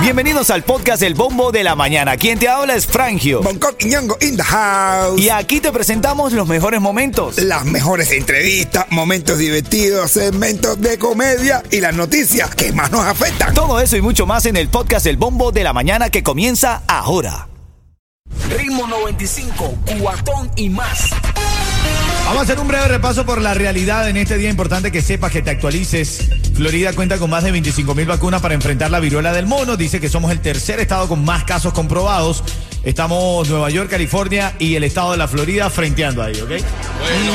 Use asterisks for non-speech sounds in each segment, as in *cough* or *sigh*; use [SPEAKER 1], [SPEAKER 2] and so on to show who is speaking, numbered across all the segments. [SPEAKER 1] Bienvenidos al podcast El Bombo de la Mañana. Quien te habla es Frangio.
[SPEAKER 2] Bangkok y Ñongo in the house.
[SPEAKER 1] Y aquí te presentamos los mejores momentos.
[SPEAKER 2] Las mejores entrevistas, momentos divertidos, segmentos de comedia y las noticias que más nos afectan.
[SPEAKER 1] Todo eso y mucho más en el podcast El Bombo de la Mañana que comienza ahora.
[SPEAKER 3] Ritmo 95, cuatón y más.
[SPEAKER 1] Vamos a hacer un breve repaso por la realidad en este día importante que sepas que te actualices. Florida cuenta con más de 25 mil vacunas para enfrentar la viruela del mono. Dice que somos el tercer estado con más casos comprobados. Estamos Nueva York, California y el estado de la Florida frenteando ahí, ¿ok?
[SPEAKER 4] Bueno,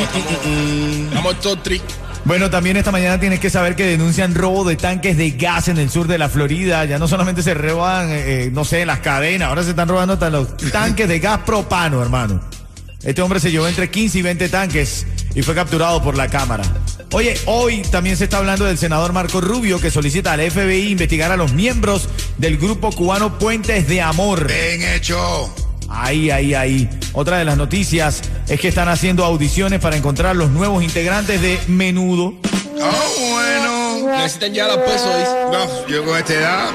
[SPEAKER 4] estamos, estamos top three.
[SPEAKER 1] Bueno, también esta mañana tienes que saber que denuncian robo de tanques de gas en el sur de la Florida. Ya no solamente se roban, eh, no sé, las cadenas, ahora se están robando hasta los tanques de gas propano, hermano. Este hombre se llevó entre 15 y 20 tanques y fue capturado por la cámara. Oye, hoy también se está hablando del senador Marco Rubio que solicita al FBI investigar a los miembros del grupo cubano Puentes de Amor.
[SPEAKER 4] Bien hecho.
[SPEAKER 1] Ahí, ahí, ahí. Otra de las noticias es que están haciendo audiciones para encontrar los nuevos integrantes de Menudo.
[SPEAKER 4] Oh, bueno.
[SPEAKER 5] Necesitan ya los pesos. dice.
[SPEAKER 4] No, yo con esta edad,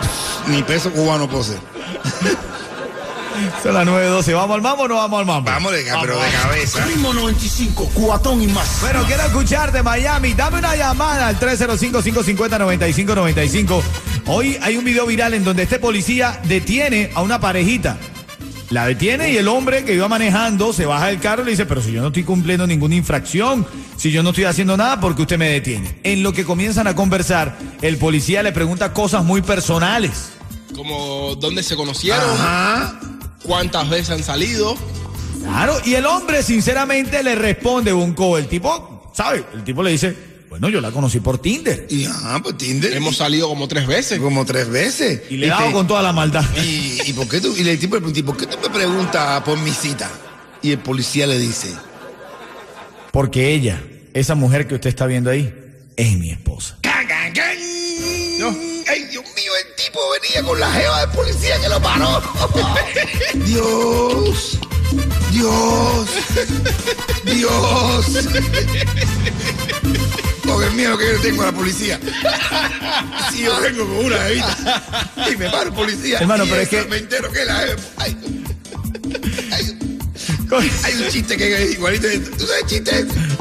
[SPEAKER 4] ni peso cubano puedo ser.
[SPEAKER 1] Son las 9.12. ¿Vamos al mambo o no vamos al mambo?
[SPEAKER 4] Vamos de, ca- pero de cabeza.
[SPEAKER 3] Ritmo 95, cuatón y más.
[SPEAKER 1] Bueno, quiero escucharte, Miami. Dame una llamada al 305-550-9595. Hoy hay un video viral en donde este policía detiene a una parejita. La detiene y el hombre que iba manejando se baja del carro y le dice, pero si yo no estoy cumpliendo ninguna infracción, si yo no estoy haciendo nada, ¿por qué usted me detiene? En lo que comienzan a conversar, el policía le pregunta cosas muy personales.
[SPEAKER 5] Como dónde se conocieron,
[SPEAKER 4] Ajá.
[SPEAKER 5] cuántas veces han salido.
[SPEAKER 1] Claro, y el hombre sinceramente le responde Bonco. El tipo, ¿sabe? El tipo le dice, bueno, yo la conocí por Tinder.
[SPEAKER 4] Y ajá, pues Tinder.
[SPEAKER 5] Hemos salido como tres veces.
[SPEAKER 4] como tres veces.
[SPEAKER 1] Y le he
[SPEAKER 4] Este,
[SPEAKER 1] dado con toda la maldad.
[SPEAKER 4] ¿Y, y por qué tú? Y el tipo le pregunta, "¿Y ¿por qué tú me preguntas por mi cita? Y el policía le dice,
[SPEAKER 1] Porque ella, esa mujer que usted está viendo ahí, es mi *laughs* esposa.
[SPEAKER 4] ¡Can, can, can! ¡Ay, Dios mío! El tipo venía con la jeva del policía que lo paró. *laughs* Dios. Dios. Dios. Con el miedo que yo tengo a la policía. Si yo vengo con una jevita y me paro el policía.
[SPEAKER 1] Hermano,
[SPEAKER 4] y
[SPEAKER 1] pero es
[SPEAKER 4] esa
[SPEAKER 1] que-
[SPEAKER 4] Me entero que es la jeva. Ay. Ay. Hay un chiste que es igualito. de- ¿Tú sabes el chiste ese?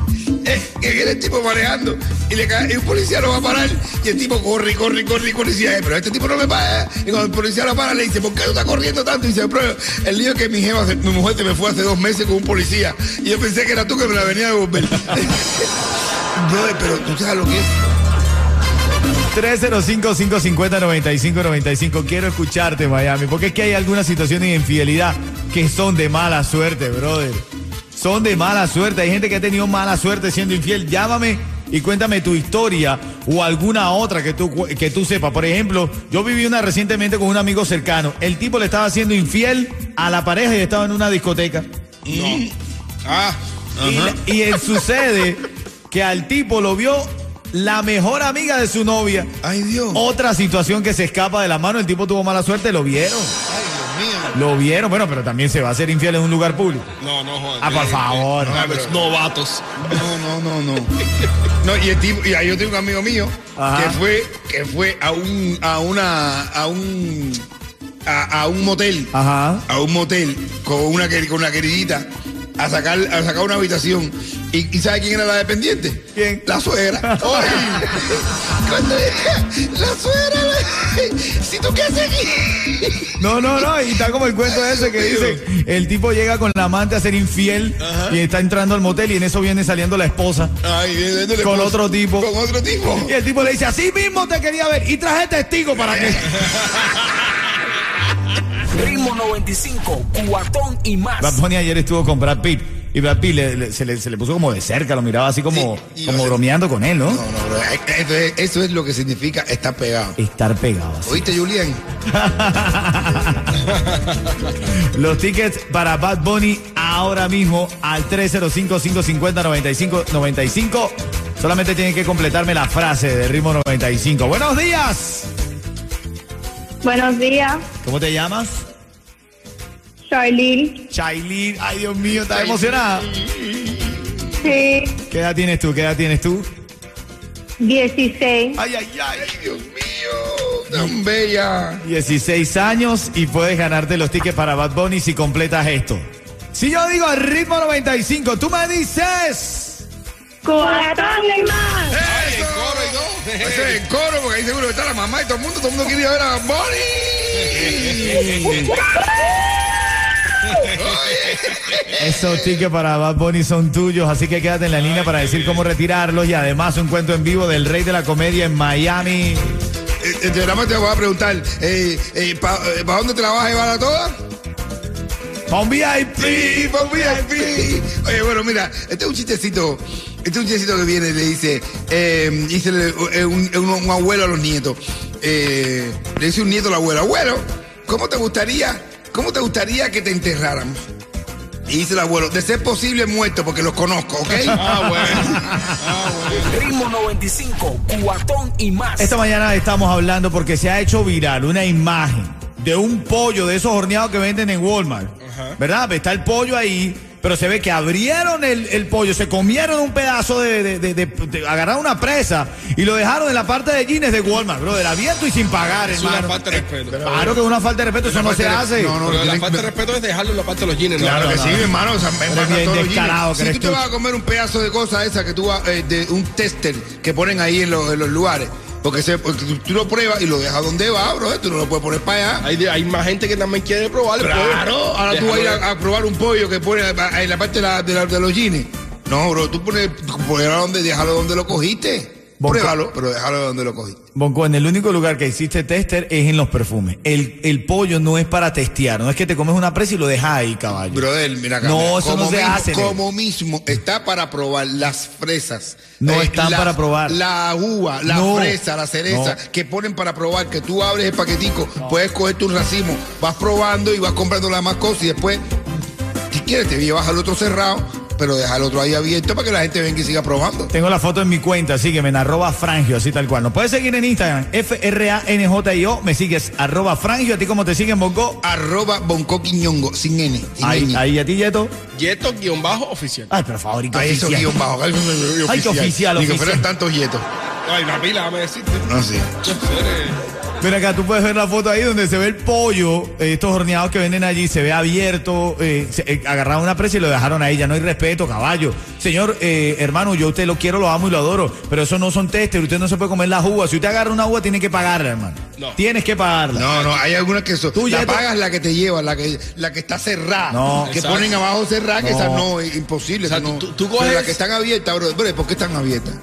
[SPEAKER 4] Eh, que viene el tipo manejando y, le cae, y un policía lo va a parar y el tipo corre, y corre, y corre, y corre y dice, "Eh, pero este tipo no me para. Y cuando el policía lo para le dice, ¿por qué tú estás corriendo tanto? Y dice, pero el lío es que mi, jeva, se- mi mujer se me fue hace dos meses con un policía y yo pensé que era tú que me la venía a devolver. *laughs* Brother, pero tú sabes lo que es.
[SPEAKER 1] 305-550-9595. Quiero escucharte, Miami. Porque es que hay algunas situaciones de infidelidad que son de mala suerte, brother. Son de mala suerte. Hay gente que ha tenido mala suerte siendo infiel. Llámame y cuéntame tu historia o alguna otra que tú, cu- que tú sepas. Por ejemplo, yo viví una recientemente con un amigo cercano. El tipo le estaba siendo infiel a la pareja y estaba en una discoteca.
[SPEAKER 4] Mm.
[SPEAKER 5] Ah,
[SPEAKER 1] Y, la- y él sucede que al tipo lo vio la mejor amiga de su novia.
[SPEAKER 4] Ay, Dios.
[SPEAKER 5] Oh.
[SPEAKER 1] Otra situación que se escapa de la mano, el tipo tuvo mala suerte, lo vieron.
[SPEAKER 4] Ay, Dios mío.
[SPEAKER 1] Lo vieron, bueno, pero también se va a hacer infiel en un lugar público.
[SPEAKER 5] no, no, joder.
[SPEAKER 1] Ah, por favor.
[SPEAKER 5] No, pero- novatos.
[SPEAKER 4] No, no, no, no. No, y el tipo, y ahí yo tengo un amigo mío
[SPEAKER 1] Ajá.
[SPEAKER 4] que fue, que fue a un, a una, a un, a, a un motel,
[SPEAKER 1] Ajá.
[SPEAKER 4] a un motel con una, quer- con una queridita a sacar, a sacar una habitación. ¿Y, y sabe quién era la dependiente?
[SPEAKER 1] ¿Quién?
[SPEAKER 4] La suegra. Ay. Cuando *laughs* dije, la suegra, la- si tú qué haces aquí.
[SPEAKER 1] No, no, no, y está como el cuento ese que dice, el tipo llega con la amante a ser infiel y está entrando al motel y en eso viene saliendo la esposa.
[SPEAKER 4] Ay, dándole
[SPEAKER 1] Con
[SPEAKER 4] por-
[SPEAKER 1] otro tipo.
[SPEAKER 4] Con
[SPEAKER 1] *laughs*
[SPEAKER 4] otro tipo.
[SPEAKER 1] Y el tipo le dice, así mismo te quería ver y traje testigo para
[SPEAKER 4] *laughs*
[SPEAKER 1] que...
[SPEAKER 3] Ritmo 95, cuatón y más.
[SPEAKER 1] Bad Bunny ayer estuvo con Brad Pitt y Brad Pitt le- le- se, le, se le puso como de cerca, lo miraba así como,
[SPEAKER 4] Sí, y
[SPEAKER 1] como
[SPEAKER 4] lo-
[SPEAKER 1] bromeando con él, ¿no?
[SPEAKER 4] No, no, bro, eso es, eso es lo que significa estar pegado.
[SPEAKER 1] Estar pegado así.
[SPEAKER 4] ¿Oíste, Julián?
[SPEAKER 1] Los tickets para Bad Bunny ahora mismo al 305-550-9595. Solamente tienen que completarme la frase de ritmo 95. Buenos días.
[SPEAKER 6] Buenos días,
[SPEAKER 1] ¿Cómo te llamas?
[SPEAKER 6] Charlene.
[SPEAKER 1] Chailin. Ay, Dios mío, estás emocionada.
[SPEAKER 6] Sí,
[SPEAKER 1] ¿Qué edad tienes tú? ¿Qué edad tienes tú?
[SPEAKER 6] 16.
[SPEAKER 1] Ay, ay, ay.
[SPEAKER 4] Dios mío. No, tan bella.
[SPEAKER 1] 16 años y puedes ganarte los tickets para Bad Bunny si completas esto. Si yo digo el ritmo 95, tú me dices.
[SPEAKER 6] Cubatón y más.
[SPEAKER 5] Ay, el coro
[SPEAKER 4] *laughs*
[SPEAKER 5] y todo.
[SPEAKER 4] Ese es el coro, porque ahí seguro que está la mamá y todo el mundo, todo el mundo quiere ir a Eh, ver a *laughs* Bonnie.
[SPEAKER 1] Esos tickets para Bad Bunny son tuyos, así que quédate en la línea para decir cómo retirarlos y además un cuento en vivo del rey de la comedia en Miami.
[SPEAKER 4] El programa eh, te voy a preguntar, eh, eh, ¿para dónde te la vas a llevar a todas?
[SPEAKER 1] Pa' un VIP.
[SPEAKER 4] Sí, por VIP. Oye, bueno, mira, este es un chistecito. Este es un chistecito que viene y le dice, eh, dice le- eh, un, un- un abuelo a los nietos. Eh, le dice un nieto al abuelo, abuelo, ¿cómo te gustaría, cómo te gustaría que te enterraran? Y dice el abuelo, de ser posible muerto, porque los conozco, ¿ok?
[SPEAKER 5] Ah, bueno.
[SPEAKER 3] Ritmo 95, Cubatón y más.
[SPEAKER 1] Esta mañana estamos hablando porque se ha hecho viral una imagen de un pollo de esos horneados que venden en Walmart. ¿Verdad? Está el pollo ahí, pero se ve que abrieron el, el pollo, se comieron un pedazo de, de- de- de- de- agarraron una presa y lo dejaron en la parte de jeans de Walmart, bro, del abierto y sin pagar,
[SPEAKER 5] Es una
[SPEAKER 1] hermano. Eh,
[SPEAKER 5] falta de respeto.
[SPEAKER 1] Claro que es una falta de respeto, eso no se hace.
[SPEAKER 4] No, no,
[SPEAKER 5] Pero la
[SPEAKER 4] tienen-
[SPEAKER 5] falta de respeto es dejarlo en la parte de los jeans. ¿no?
[SPEAKER 4] Claro que
[SPEAKER 1] no,
[SPEAKER 4] sí,
[SPEAKER 1] no.
[SPEAKER 4] hermano. O sea, me
[SPEAKER 1] Eres
[SPEAKER 4] pasa
[SPEAKER 1] bien
[SPEAKER 4] todos los
[SPEAKER 1] descarado
[SPEAKER 4] días.
[SPEAKER 1] que
[SPEAKER 4] Si
[SPEAKER 1] eres
[SPEAKER 4] tú te
[SPEAKER 1] tú.
[SPEAKER 4] vas a comer un pedazo de cosa esa que tú vas, eh, de un tester que ponen ahí en, los- en los lugares, porque, se, porque tú, tú lo pruebas y lo dejas donde va, bro. eh, Tú no lo puedes poner para allá.
[SPEAKER 5] Hay, de- hay más gente que también quiere probar. el pollo.
[SPEAKER 4] Ahora tú vas a ir
[SPEAKER 5] Déjalo
[SPEAKER 4] a, a probar un pollo que pone a- en la parte de, la- de la- de los jeans. No, bro, tú pones, pruébalo donde, déjalo donde lo cogiste.
[SPEAKER 1] Bonco.
[SPEAKER 4] Pruébalo, pero déjalo donde lo cogiste.
[SPEAKER 1] Bonco, en el único lugar que existe tester es en los perfumes. El, el pollo no es para testear, no es que te comes una presa y lo dejas ahí, caballo.
[SPEAKER 4] Brother, mira acá.
[SPEAKER 1] No,
[SPEAKER 4] mira,
[SPEAKER 1] eso no se
[SPEAKER 4] mismo,
[SPEAKER 1] hace, nego.
[SPEAKER 4] Como mismo está para probar las fresas. Eh,
[SPEAKER 1] No están
[SPEAKER 4] las-
[SPEAKER 1] para probar.
[SPEAKER 4] La uva, la
[SPEAKER 1] No.
[SPEAKER 4] fresa, la cereza,
[SPEAKER 1] No.
[SPEAKER 4] que ponen para probar, que tú abres el paquetico, puedes coger tu racimo, vas probando y vas comprando las más cosas y después, si quieres, te llevas al otro cerrado, pero deja al otro ahí abierto para que la gente venga y siga probando.
[SPEAKER 1] Tengo la foto en mi cuenta, sígueme en arroba frangio, así tal cual. Nos puedes seguir en Instagram, F-R-A-N-J-I-O, me sigues arroba frangio, a ti como te siguen, Bonco.
[SPEAKER 4] Arroba Bonco Quiñongo, sin N. sin
[SPEAKER 1] Ahí,
[SPEAKER 4] ñ.
[SPEAKER 1] ahí, a ti, Yeto.
[SPEAKER 5] Yeto-oficial.
[SPEAKER 1] Ay, por favor, y que
[SPEAKER 4] Ahí eso
[SPEAKER 1] oficial.
[SPEAKER 4] guión bajo.
[SPEAKER 1] Ay, qué oficial,
[SPEAKER 4] Ni que
[SPEAKER 1] oficial.
[SPEAKER 4] fueran tantos yetos.
[SPEAKER 5] Ay, una pila, dame decirte.
[SPEAKER 4] No sé.
[SPEAKER 1] Mira acá, tú puedes ver la foto ahí donde se ve el pollo, eh, estos horneados que venden allí, se ve abierto, eh, se- eh, agarraron una presa y lo dejaron ahí, ya no hay respeto, caballo. Señor, eh, hermano, yo a usted lo quiero, lo amo y lo adoro, pero eso no son testers, usted no se puede comer las uvas. Si usted agarra una uva, tiene que pagarla, hermano.
[SPEAKER 5] No.
[SPEAKER 1] Tienes que pagarla.
[SPEAKER 4] No, no, hay algunas que son.
[SPEAKER 1] Tú,
[SPEAKER 4] la
[SPEAKER 1] Yeto.
[SPEAKER 4] pagas la que te lleva, la que, la que está cerrada.
[SPEAKER 1] No.
[SPEAKER 4] que
[SPEAKER 5] Exacto.
[SPEAKER 4] ponen abajo cerrada, que
[SPEAKER 1] No.
[SPEAKER 4] esa no, es imposible.
[SPEAKER 5] O sea,
[SPEAKER 4] esa no.
[SPEAKER 5] tú- tú
[SPEAKER 4] Pero
[SPEAKER 5] coges-
[SPEAKER 4] Las que están abiertas, bro, bro, ¿por qué están abiertas?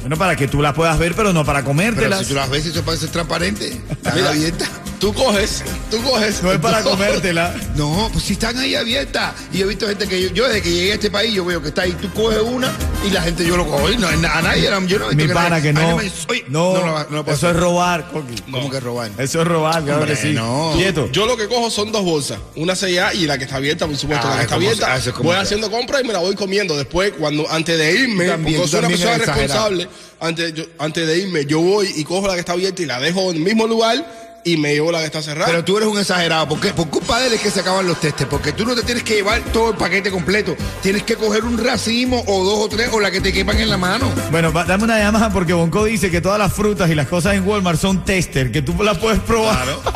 [SPEAKER 1] Bueno, para que tú las puedas ver, pero no para
[SPEAKER 4] Pero
[SPEAKER 1] comértelas.
[SPEAKER 4] si tú las ves, eso parece transparente. Están
[SPEAKER 5] Mira.
[SPEAKER 4] abiertas.
[SPEAKER 5] Tú coges, tú coges.
[SPEAKER 1] No es
[SPEAKER 4] *laughs*
[SPEAKER 1] para comértela.
[SPEAKER 4] No, pues si están ahí abiertas. Y yo he visto gente que yo, yo desde que llegué a este país, yo veo que está ahí. Tú coges una y la gente yo lo cojo. Y no, a nadie, yo no he visto
[SPEAKER 1] Mi
[SPEAKER 4] que
[SPEAKER 1] pana
[SPEAKER 4] nadie-
[SPEAKER 1] que
[SPEAKER 4] a
[SPEAKER 1] no.
[SPEAKER 4] mí me- oye,
[SPEAKER 1] No,
[SPEAKER 4] no, lo- no lo puedo
[SPEAKER 1] eso es
[SPEAKER 4] hacer.
[SPEAKER 1] robar, Coqui.
[SPEAKER 4] ¿Cómo que robar?
[SPEAKER 1] Eso es robar, claro
[SPEAKER 4] Hombre,
[SPEAKER 1] que sí.
[SPEAKER 4] no.
[SPEAKER 1] Quieto.
[SPEAKER 5] Yo lo que cojo son dos bolsas, una sellada y la que está abierta, por supuesto.
[SPEAKER 4] Ah,
[SPEAKER 5] la que está
[SPEAKER 4] como- ah,
[SPEAKER 5] abierta,
[SPEAKER 4] eso es como
[SPEAKER 5] voy
[SPEAKER 4] sea.
[SPEAKER 5] haciendo compras y me la voy comiendo. Después, cuando antes de irme,
[SPEAKER 4] Tú también,
[SPEAKER 5] porque
[SPEAKER 4] tú
[SPEAKER 5] soy una
[SPEAKER 4] también
[SPEAKER 5] persona
[SPEAKER 4] eres exagerado.
[SPEAKER 5] responsable, antes, yo- antes de irme, yo voy y cojo la que está abierta y la dejo en el mismo lugar y me llevo la que está cerrada.
[SPEAKER 4] Pero tú eres un exagerado, porque por culpa de él es que se acaban los testes, porque tú no te tienes que llevar todo el paquete completo, tienes que coger un racimo o dos o tres o la que te quepan en la mano.
[SPEAKER 1] Bueno, va- dame una llamada porque Bonco dice que todas las frutas y las cosas en Walmart son tester, que tú las puedes probar.
[SPEAKER 4] *laughs*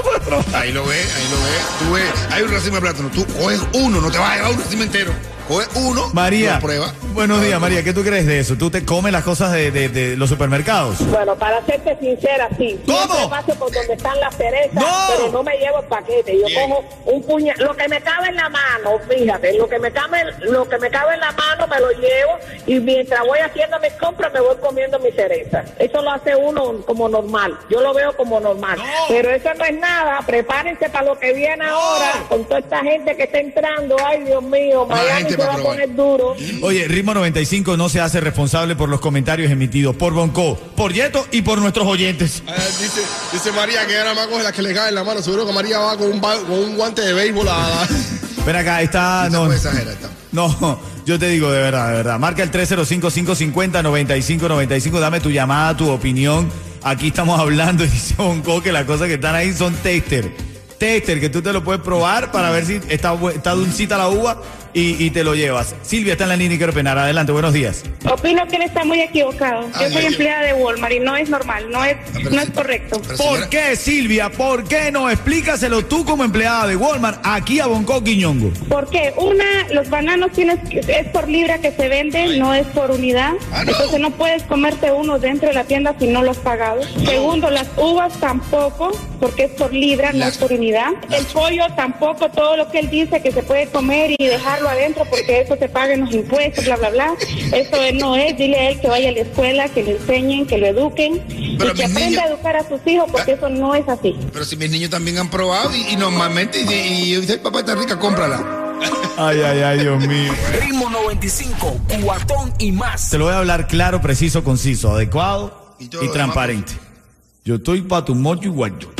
[SPEAKER 4] Ahí lo ves, ahí lo ves. Tú ves, hay un racimo de plátano, tú coges uno, no te vas a llevar un racimo entero. Coges uno,
[SPEAKER 1] María,
[SPEAKER 4] lo pruebas.
[SPEAKER 1] buenos días, María. ¿Qué tú crees de eso? ¿Tú te comes las cosas de, de- de los supermercados?
[SPEAKER 7] Bueno, para serte sincera, sí.
[SPEAKER 1] ¿Cómo?
[SPEAKER 7] Siempre paso por donde están las cerezas,
[SPEAKER 1] ¡No!
[SPEAKER 7] pero no me llevo el paquete. Yo
[SPEAKER 5] Bien.
[SPEAKER 7] cojo un puñal, lo que me cabe en la mano, fíjate, lo que me cabe, lo que me cabe en la mano me lo llevo y mientras voy haciendo mis compras me voy comiendo mis cerezas. Eso lo hace uno como normal. Yo lo veo como normal. Pero eso no es nada. Prepárense para lo que viene ahora con toda esta gente que está entrando. Ay, Dios mío,
[SPEAKER 4] Más
[SPEAKER 7] Miami
[SPEAKER 4] gente
[SPEAKER 7] se
[SPEAKER 4] para
[SPEAKER 7] va a
[SPEAKER 4] probar.
[SPEAKER 7] poner duro.
[SPEAKER 1] Oye, Ritmo 95 no se hace responsable por los comentarios emitidos por Bonco, por Yeto y por nuestros oyentes.
[SPEAKER 5] Ah, dice, dice María que ahora más coge las que le caen en la mano. Seguro que María va con un, ba- con un guante de béisbol a- a-
[SPEAKER 1] Ven acá, está...
[SPEAKER 4] Ah, No,
[SPEAKER 1] No,
[SPEAKER 4] puedes exagerar tampoco.
[SPEAKER 1] No, yo te digo de verdad, de verdad. Marca el 305-550-9595. Dame tu llamada, tu opinión. Aquí estamos hablando, y dice Bonco, que las cosas que están ahí son tester. Tester, que tú te lo puedes probar para ver si está, bu- está dulcita la uva y, y te lo llevas. Silvia está en la línea y quiero penar. Adelante, buenos días.
[SPEAKER 6] Opino que él está muy equivocado.
[SPEAKER 4] Ah,
[SPEAKER 6] Yo
[SPEAKER 4] no,
[SPEAKER 6] soy
[SPEAKER 4] yo-
[SPEAKER 6] empleada de Walmart y no es normal, no es,
[SPEAKER 4] pero
[SPEAKER 6] no
[SPEAKER 4] sí-
[SPEAKER 6] es correcto.
[SPEAKER 4] pero sí-
[SPEAKER 1] ¿Por
[SPEAKER 4] señora-
[SPEAKER 1] qué, Silvia? ¿Por qué no? Explícaselo tú como empleada de Walmart aquí a Bonco Quiñongo.
[SPEAKER 6] Porque una, los bananos tienes que- es por libra que se venden, no es por unidad.
[SPEAKER 4] Ah, no.
[SPEAKER 6] Entonces no puedes comerte uno dentro de la tienda si no lo has pagado. Segundo, las uvas tampoco, porque es por libra, no
[SPEAKER 4] Las-
[SPEAKER 6] es por unidad. El pollo tampoco, todo lo que él dice que se puede comer y dejarlo adentro porque eso se paga en los impuestos, bla, bla, bla. Eso no es, dile a él que vaya a la escuela, que le enseñen, que lo eduquen
[SPEAKER 4] Pero
[SPEAKER 6] y que
[SPEAKER 4] mis
[SPEAKER 6] aprenda
[SPEAKER 4] niños- Ah.
[SPEAKER 6] a educar a sus hijos porque eso no es así.
[SPEAKER 4] Pero si mis niños también han probado y, y normalmente, y, y, y dice, papá está rica, cómprala.
[SPEAKER 1] Ay, ay, ay, Dios mío.
[SPEAKER 3] Ritmo 95, cuatón y más.
[SPEAKER 1] Se lo voy a hablar claro, preciso, conciso, adecuado
[SPEAKER 4] Y
[SPEAKER 1] y,
[SPEAKER 4] todo lo demás.
[SPEAKER 1] transparente. Yo estoy pa' tu mocho y guayo.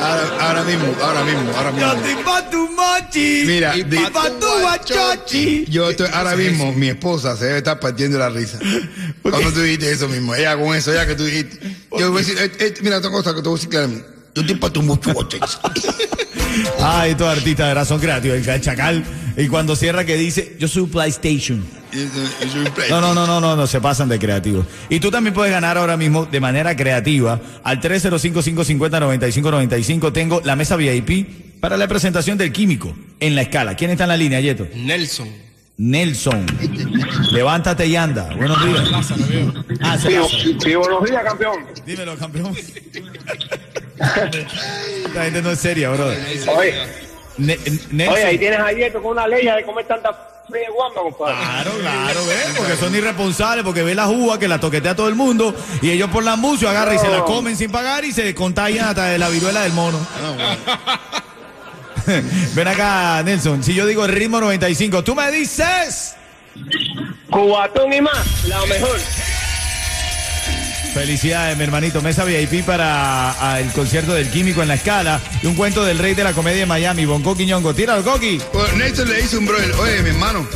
[SPEAKER 4] Ahora, ahora mismo, ahora mismo, ahora mismo.
[SPEAKER 1] pa' tu mochi.
[SPEAKER 4] Mira,
[SPEAKER 1] y
[SPEAKER 4] di-
[SPEAKER 1] pa' tu guachochi.
[SPEAKER 4] Yo estoy, ahora mismo, mi esposa se debe estar partiendo la *laughs* risa. Cuando tú dijiste eso mismo, ella con eso, ella que tú dijiste. Yo voy a decir, eh, eh, mira otra cosa que te voy a decir claramente. Yo estoy para tu mucho *laughs* guachochi.
[SPEAKER 1] Ay, estos artistas de verdad son creativos. El chacal. Y cuando cierra que dice, yo soy un PlayStation.
[SPEAKER 4] Y eso- eso es un play.
[SPEAKER 1] No, no, no, no, no, no, se pasan de creativos. Y tú también puedes ganar ahora mismo de manera creativa al 305-550-9595. Tengo la mesa VIP para la presentación del químico en la escala. ¿Quién está en la línea, Yeto?
[SPEAKER 5] Nelson.
[SPEAKER 1] Nelson. Levántate y anda. Buenos días. Ah, se
[SPEAKER 8] Sí,
[SPEAKER 1] pasa.
[SPEAKER 8] sí, buenos días, campeón.
[SPEAKER 1] Dímelo, campeón. La gente no es seria, brother.
[SPEAKER 8] Oye,
[SPEAKER 1] Ne- Nelson.
[SPEAKER 8] oye, ahí tienes a Yeto con una ley de comer tanta fría de guamba, compadre.
[SPEAKER 1] Claro, claro, ve, porque son irresponsables, porque ve las uvas que la toquetea todo el mundo y ellos por la música agarran y se la comen sin pagar y se contagian hasta de la viruela del mono. *laughs* Ven acá, Nelson, si yo digo el ritmo 95, tú me dices...
[SPEAKER 8] Cubatón y más, la mejor.
[SPEAKER 1] Felicidades, mi hermanito. Mesa VIP para a, el concierto del Químico en la Escala y un cuento del rey de la comedia de Miami, Bonco Quiñongo. Tíralo, Coqui.
[SPEAKER 4] Bueno, Nelson le dice un brother, oye, mi hermano,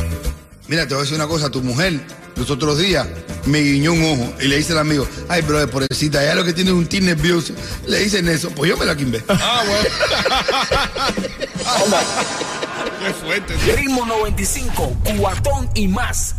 [SPEAKER 4] mira, te voy a decir una cosa, tu mujer, los otros días, me guiñó un ojo y le dice al amigo, ay, brother, pobrecita, ya lo que tiene es un tic nervioso. Le dice Nelson, pues yo me la quimbé.
[SPEAKER 5] Ah, *laughs* Qué fuerte.
[SPEAKER 3] Ritmo 95, cuatón y más.